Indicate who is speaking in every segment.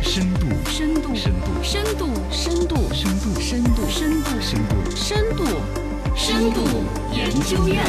Speaker 1: 深度，
Speaker 2: 深度，
Speaker 1: 深度，
Speaker 2: 深度，深度，
Speaker 1: 深度，
Speaker 2: 深度，深度，
Speaker 1: 深度，
Speaker 2: 深度，深度研究院。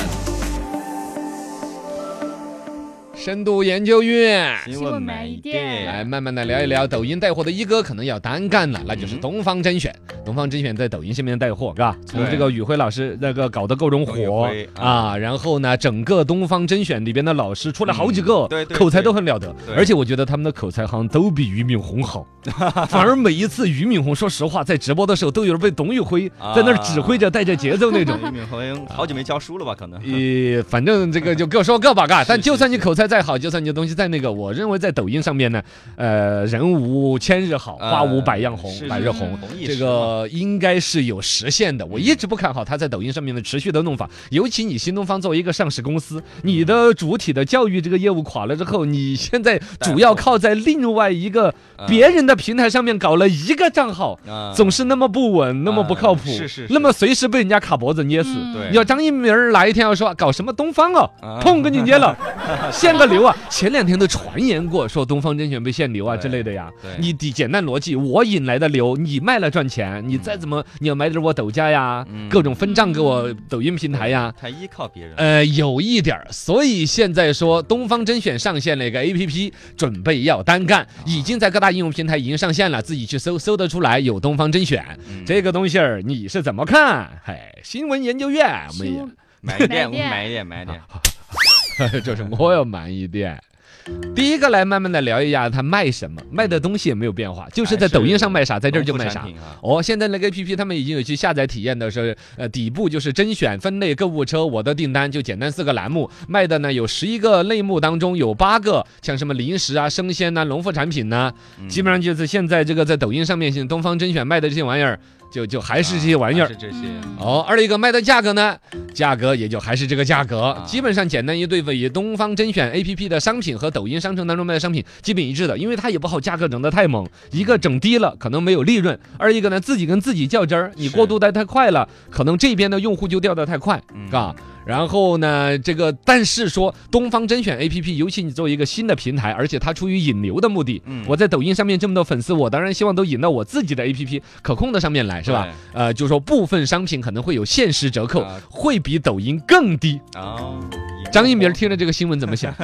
Speaker 3: 深度研究院。
Speaker 2: 新闻买一点
Speaker 4: 哎
Speaker 3: 来慢慢的聊一聊抖音带货的一哥，可能要单干了，那就是东方甄选。东方甄选在抖音上面带货，嘎，从
Speaker 4: 嗯对
Speaker 3: 这个宇辉老师那个搞得各种
Speaker 4: 董宇
Speaker 3: 火
Speaker 4: 辉
Speaker 3: 啊，然后呢，整个东方甄选里边的老师出来好几个
Speaker 4: 嗯，对对
Speaker 3: 口才都很了得，
Speaker 4: 对
Speaker 3: 而且我觉得他们的口才好像都比俞敏洪好， 反而每一次俞敏洪说实话在直播的时候都有人被董宇辉在那儿指挥
Speaker 4: 啊
Speaker 3: 着带着节奏那种。
Speaker 4: 俞敏洪好久没教书了吧？可能。
Speaker 3: 呃，反正这个就各说各吧，嘎。但
Speaker 4: 是
Speaker 3: 就算你
Speaker 4: 是
Speaker 3: 口才再好，就算你的东西再那个，我认为在抖音上面呢，呃，人无千日好，花无百样红，
Speaker 4: 呃是
Speaker 3: 百
Speaker 4: 是
Speaker 3: 日
Speaker 4: 是
Speaker 3: 红。
Speaker 4: 同意
Speaker 3: 这
Speaker 4: 是嗯吗
Speaker 3: 个应该是有实现的，我一直不看好它在抖音上面的持续的弄法。尤其你新东方作为一个上市公司，你的主体的教育这个业务垮了之后，你现在主要靠在另外一个
Speaker 4: 嗯
Speaker 3: 别人的平台上面搞了一个账号，
Speaker 4: 啊
Speaker 3: 总是那么不稳，那么不靠谱，
Speaker 4: 嗯是是是
Speaker 3: 那么随时被人家卡脖子捏死。
Speaker 2: 嗯
Speaker 4: 对
Speaker 3: 你要张一鸣儿哪一天要说搞什么东方哦
Speaker 4: 哎啊，
Speaker 3: 砰给你捏 了，限个流啊！前两天都传言过说东方甄选被限流啊
Speaker 4: 对
Speaker 3: 之类的呀
Speaker 4: 对。
Speaker 3: 你底简单逻辑，我引来的流，你卖了赚钱，你再怎么你要买点我抖加呀，
Speaker 4: 嗯
Speaker 3: 各种分账给我抖音平台呀。
Speaker 4: 太依靠别人了。
Speaker 3: 呃，有一点儿，所以现在说东方甄选上线了一个 A P P，准备要单
Speaker 4: 啊
Speaker 3: 干，已经在各大应用平台已经上线了，自己去搜搜得出来有东方甄选
Speaker 4: 嗯
Speaker 3: 这个东西儿，你是怎么看？嘿，新闻研究院，我们也
Speaker 4: 买一
Speaker 2: 买
Speaker 4: 点，
Speaker 2: 一
Speaker 4: 我
Speaker 2: 点
Speaker 4: 买一点，买一点。
Speaker 3: 啊 就是我要满一点。第一个来慢慢的聊一下他卖什么，卖的东西也没有变化，就是在抖音上卖啥，在这儿就卖啥
Speaker 4: 农。副产品啊。
Speaker 3: 哦，现在那个 APP 他们已经有去下载体验的是，呃，底部就是甄选分类购物车，我的订单就简单四个栏目，卖的呢有十一个类目当中有八个像什么零食啊、生鲜呐、农副产品呐、
Speaker 4: 嗯
Speaker 3: 基本上就是现在这个在抖音上面，现在东方甄选卖的这些玩意儿，就就还是这些玩意
Speaker 4: 啊
Speaker 3: 儿
Speaker 4: 还。是这些。
Speaker 2: 嗯
Speaker 3: 哦，二一个卖的价格呢，价格也就还是这个价格，
Speaker 4: 啊
Speaker 3: 基本上简单一对比，东方甄选 APP 的商品和抖音商城当中卖的商品基本一致的，因为它也不好价格整得太猛，一个整低了可能没有利润，二一个呢自己跟自己较真儿，你
Speaker 4: 是
Speaker 3: 过度带太快了，可能这边的用户就掉得太快，
Speaker 4: 嗯
Speaker 3: 嘎。然后呢，这个但是说东方甄选 APP，尤其你作为一个新的平台，而且它出于引流的目的，
Speaker 4: 嗯
Speaker 3: 我在抖音上面这么多粉丝，我当然希望都引到我自己的 APP 可控的上面来，是吧？呃，就是说部分商品可能会有限时折扣
Speaker 4: 啊，
Speaker 3: 会比抖音更低。
Speaker 4: 哦，
Speaker 3: 张一鸣听了这个新闻怎么 想？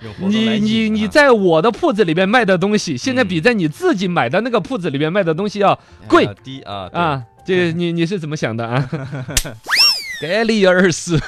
Speaker 4: 有活动来
Speaker 3: 你你
Speaker 4: 引
Speaker 3: 你
Speaker 4: 啊
Speaker 3: 在我的铺子里面卖的东西，现在比
Speaker 4: 嗯
Speaker 3: 在你自己买的那个铺子里面卖的东西要贵
Speaker 4: 啊低啊对
Speaker 3: 啊，这你你是怎么想的 啊？盖里尔斯，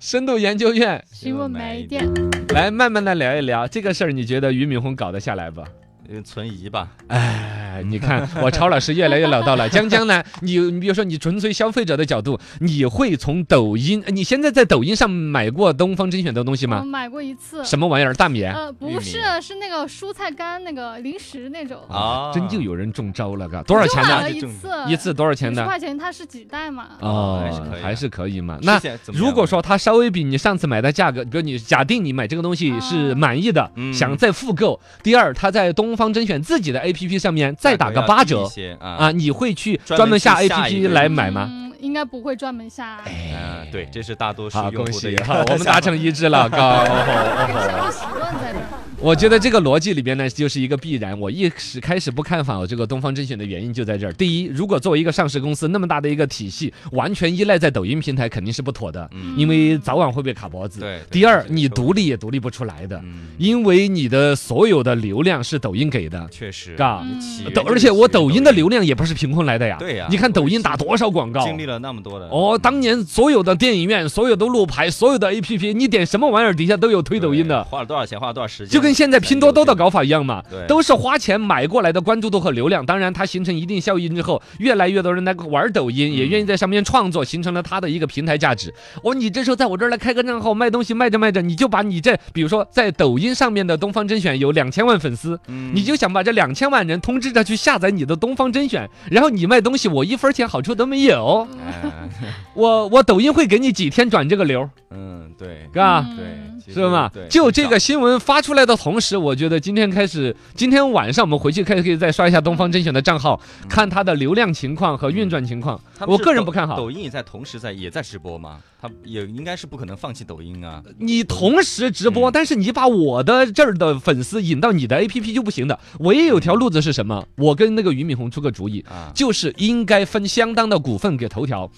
Speaker 3: 深度研究院
Speaker 2: 新闻买一点，
Speaker 3: 来慢慢的聊一聊这个事儿，你觉得俞敏洪搞得下来不？
Speaker 4: 有点存疑吧？
Speaker 3: 哎，你看 我超老师越来越老道了。江江呢，你你比如说你纯粹消费者的角度，你会从抖音，你现在在抖音上买过东方甄选的东西
Speaker 2: 我
Speaker 3: 吗？
Speaker 2: 买过一次。
Speaker 3: 什么玩意儿？大啊米？
Speaker 2: 呃，
Speaker 4: 玉
Speaker 2: 不
Speaker 4: 米
Speaker 2: 是，是那个蔬菜干那个零食那种，
Speaker 4: 啊
Speaker 3: 真就有人中招了，嘎，多少
Speaker 2: 就
Speaker 3: 钱
Speaker 2: 买
Speaker 3: 呢
Speaker 2: 了？一
Speaker 4: 这种
Speaker 2: 次，
Speaker 3: 啊一次多少钱
Speaker 2: 五十
Speaker 3: 呢？
Speaker 2: 块钱，它是几袋嘛？
Speaker 3: 哦
Speaker 4: 还是可以，啊
Speaker 3: 还是可以嘛。
Speaker 4: 那
Speaker 3: 那如果说它稍微比你上次买的价格，比如你假定你买这个东西是满意的，
Speaker 4: 嗯
Speaker 3: 想再复购，第二，它在东方甄选自己的 APP 上面再打个八折
Speaker 4: 啊
Speaker 3: 啊，你会去专
Speaker 4: 专门
Speaker 3: 门下
Speaker 4: 去下一
Speaker 3: APP
Speaker 4: 个
Speaker 3: 来买吗？哎
Speaker 2: 嗯，应该不会专门下。
Speaker 3: 嗯
Speaker 4: 啊，对，这是大多数
Speaker 3: 好，
Speaker 4: 用
Speaker 3: 恭
Speaker 4: 户的
Speaker 3: 喜啊
Speaker 4: 一个
Speaker 3: 哈，我们达成一致了，高。哦吼哦吼
Speaker 2: 消费习惯在这儿。
Speaker 3: 我觉得这个逻辑里边呢，就是一个必然。我一时开始不看好这个东方甄选的原因就在这儿。第一，如果作为一个上市公司那么大的一个体系，完全依赖在抖音平台，肯定是不妥的，
Speaker 4: 嗯
Speaker 3: 因为早晚会被卡脖子。
Speaker 4: 对对
Speaker 3: 第二
Speaker 4: 这，是
Speaker 3: 你
Speaker 4: 错的
Speaker 3: 独立也独立不出来的，
Speaker 4: 嗯，
Speaker 3: 因为你的所有的流量是抖音给的。
Speaker 4: 确实，
Speaker 3: 嘎
Speaker 4: 你起源
Speaker 3: 抖，
Speaker 4: 就是
Speaker 3: 而且我
Speaker 4: 起源
Speaker 3: 抖音的流量也不是凭空来的呀。
Speaker 4: 嗯对呀
Speaker 3: 你看抖音打多少广告？
Speaker 4: 经历了那么多的
Speaker 3: 哦，当年所有的电影院、所有的路牌、所有的 APP，你点什么玩意儿底下都有推
Speaker 4: 对
Speaker 3: 抖音的，
Speaker 4: 花了多少钱，花了多少时间，
Speaker 3: 就跟现在拼多多的搞法一样嘛
Speaker 4: 对，
Speaker 3: 都是花钱买过来的关注度和流量。当然，它形成一定效应之后，越来越多人来玩抖
Speaker 4: 嗯
Speaker 3: 音，也愿意在上面创作，形成了它的一个平台价值。哦，你这时候在我这儿来开个账号卖东西，卖着卖着，你就把你这，比如说在抖音上面的东方甄选有两千万粉丝，
Speaker 4: 嗯
Speaker 3: 你就想把这两千万人通知着去下载你的东方甄选，然后你卖东西，我一分钱好处都没有。
Speaker 4: 哎
Speaker 3: 我我抖音会给你几天转这个流，
Speaker 4: 嗯，对，
Speaker 3: 嘎。
Speaker 2: 嗯
Speaker 4: 对，其
Speaker 3: 是
Speaker 4: 实
Speaker 3: 吧
Speaker 4: 对，？
Speaker 3: 就这个新闻发出来的同时，我觉得今天开始，今天晚上我们回去可以可以再刷一下东方甄选的账号，
Speaker 4: 嗯
Speaker 3: 看它的流量情况和运转情况。
Speaker 4: 他们
Speaker 3: 我
Speaker 4: 是
Speaker 3: 个人
Speaker 4: 抖
Speaker 3: 不看好。
Speaker 4: 抖音也在同时在也在直播嘛，他也应该是不可能放弃抖音啊。
Speaker 3: 你同时直播，
Speaker 4: 嗯
Speaker 3: 但是你把我的这儿的粉丝引到你的 APP 就不行的。唯一有条路子是什么？我跟那个俞敏洪出个主意。
Speaker 4: 啊
Speaker 3: 就是应该分相当的股份给头条，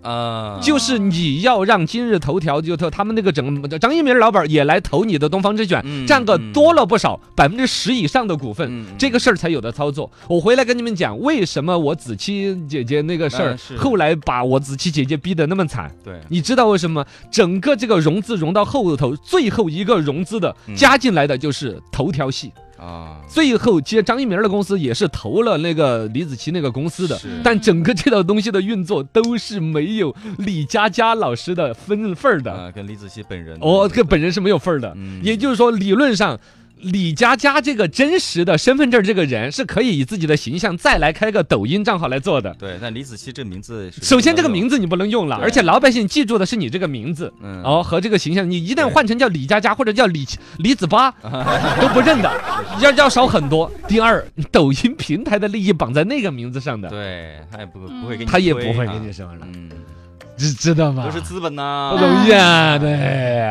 Speaker 4: 啊，
Speaker 3: 就是你要让今日头条，就他他们那个整个张一鸣老板也来投你的东方甄选，
Speaker 4: 嗯
Speaker 3: 占个
Speaker 4: 嗯
Speaker 3: 多了不少，百分之十以上的股份
Speaker 4: 嗯，
Speaker 3: 这个事儿才有的操作。我回来跟你们讲，为什么我子期姐姐那个事儿
Speaker 4: 嗯是，
Speaker 3: 后来把我子期姐姐逼得那么惨。
Speaker 4: 对，
Speaker 3: 你知道为什么吗？整个这个融资融到后头，最后一个融资的
Speaker 4: 嗯
Speaker 3: 加进来的就是头条系。
Speaker 4: 啊，
Speaker 3: 最后，其实张一鸣的公司也是投了那个李子柒那个公司的
Speaker 4: 是，
Speaker 3: 但整个这套东西的运作都是没有李佳佳老师的分份儿的。
Speaker 4: 啊，跟李子柒本人，
Speaker 3: 我哦这本人是没有份儿的，
Speaker 4: 嗯
Speaker 3: 也就是说，理论上。李佳佳这个真实的身份证，这个人是可以以自己的形象再来开个抖音账号来做的。
Speaker 4: 对，但李子柒这名字，
Speaker 3: 首先，这个名字你不能用了，
Speaker 4: 对
Speaker 3: 而且老百姓记住的是你这个名字。
Speaker 4: 嗯
Speaker 3: 哦，和这个形象，你一旦
Speaker 4: 对
Speaker 3: 换成叫李佳佳或者叫李李子 八，都不认的，要要少很多。第二，抖音平台的利益绑在那个名字上的，
Speaker 4: 对他也不不会给你，啊
Speaker 3: 他也不会给你，什么了，
Speaker 4: 嗯，
Speaker 3: 知知道吗？
Speaker 4: 都是资本呐，
Speaker 3: 啊不容易啊，对。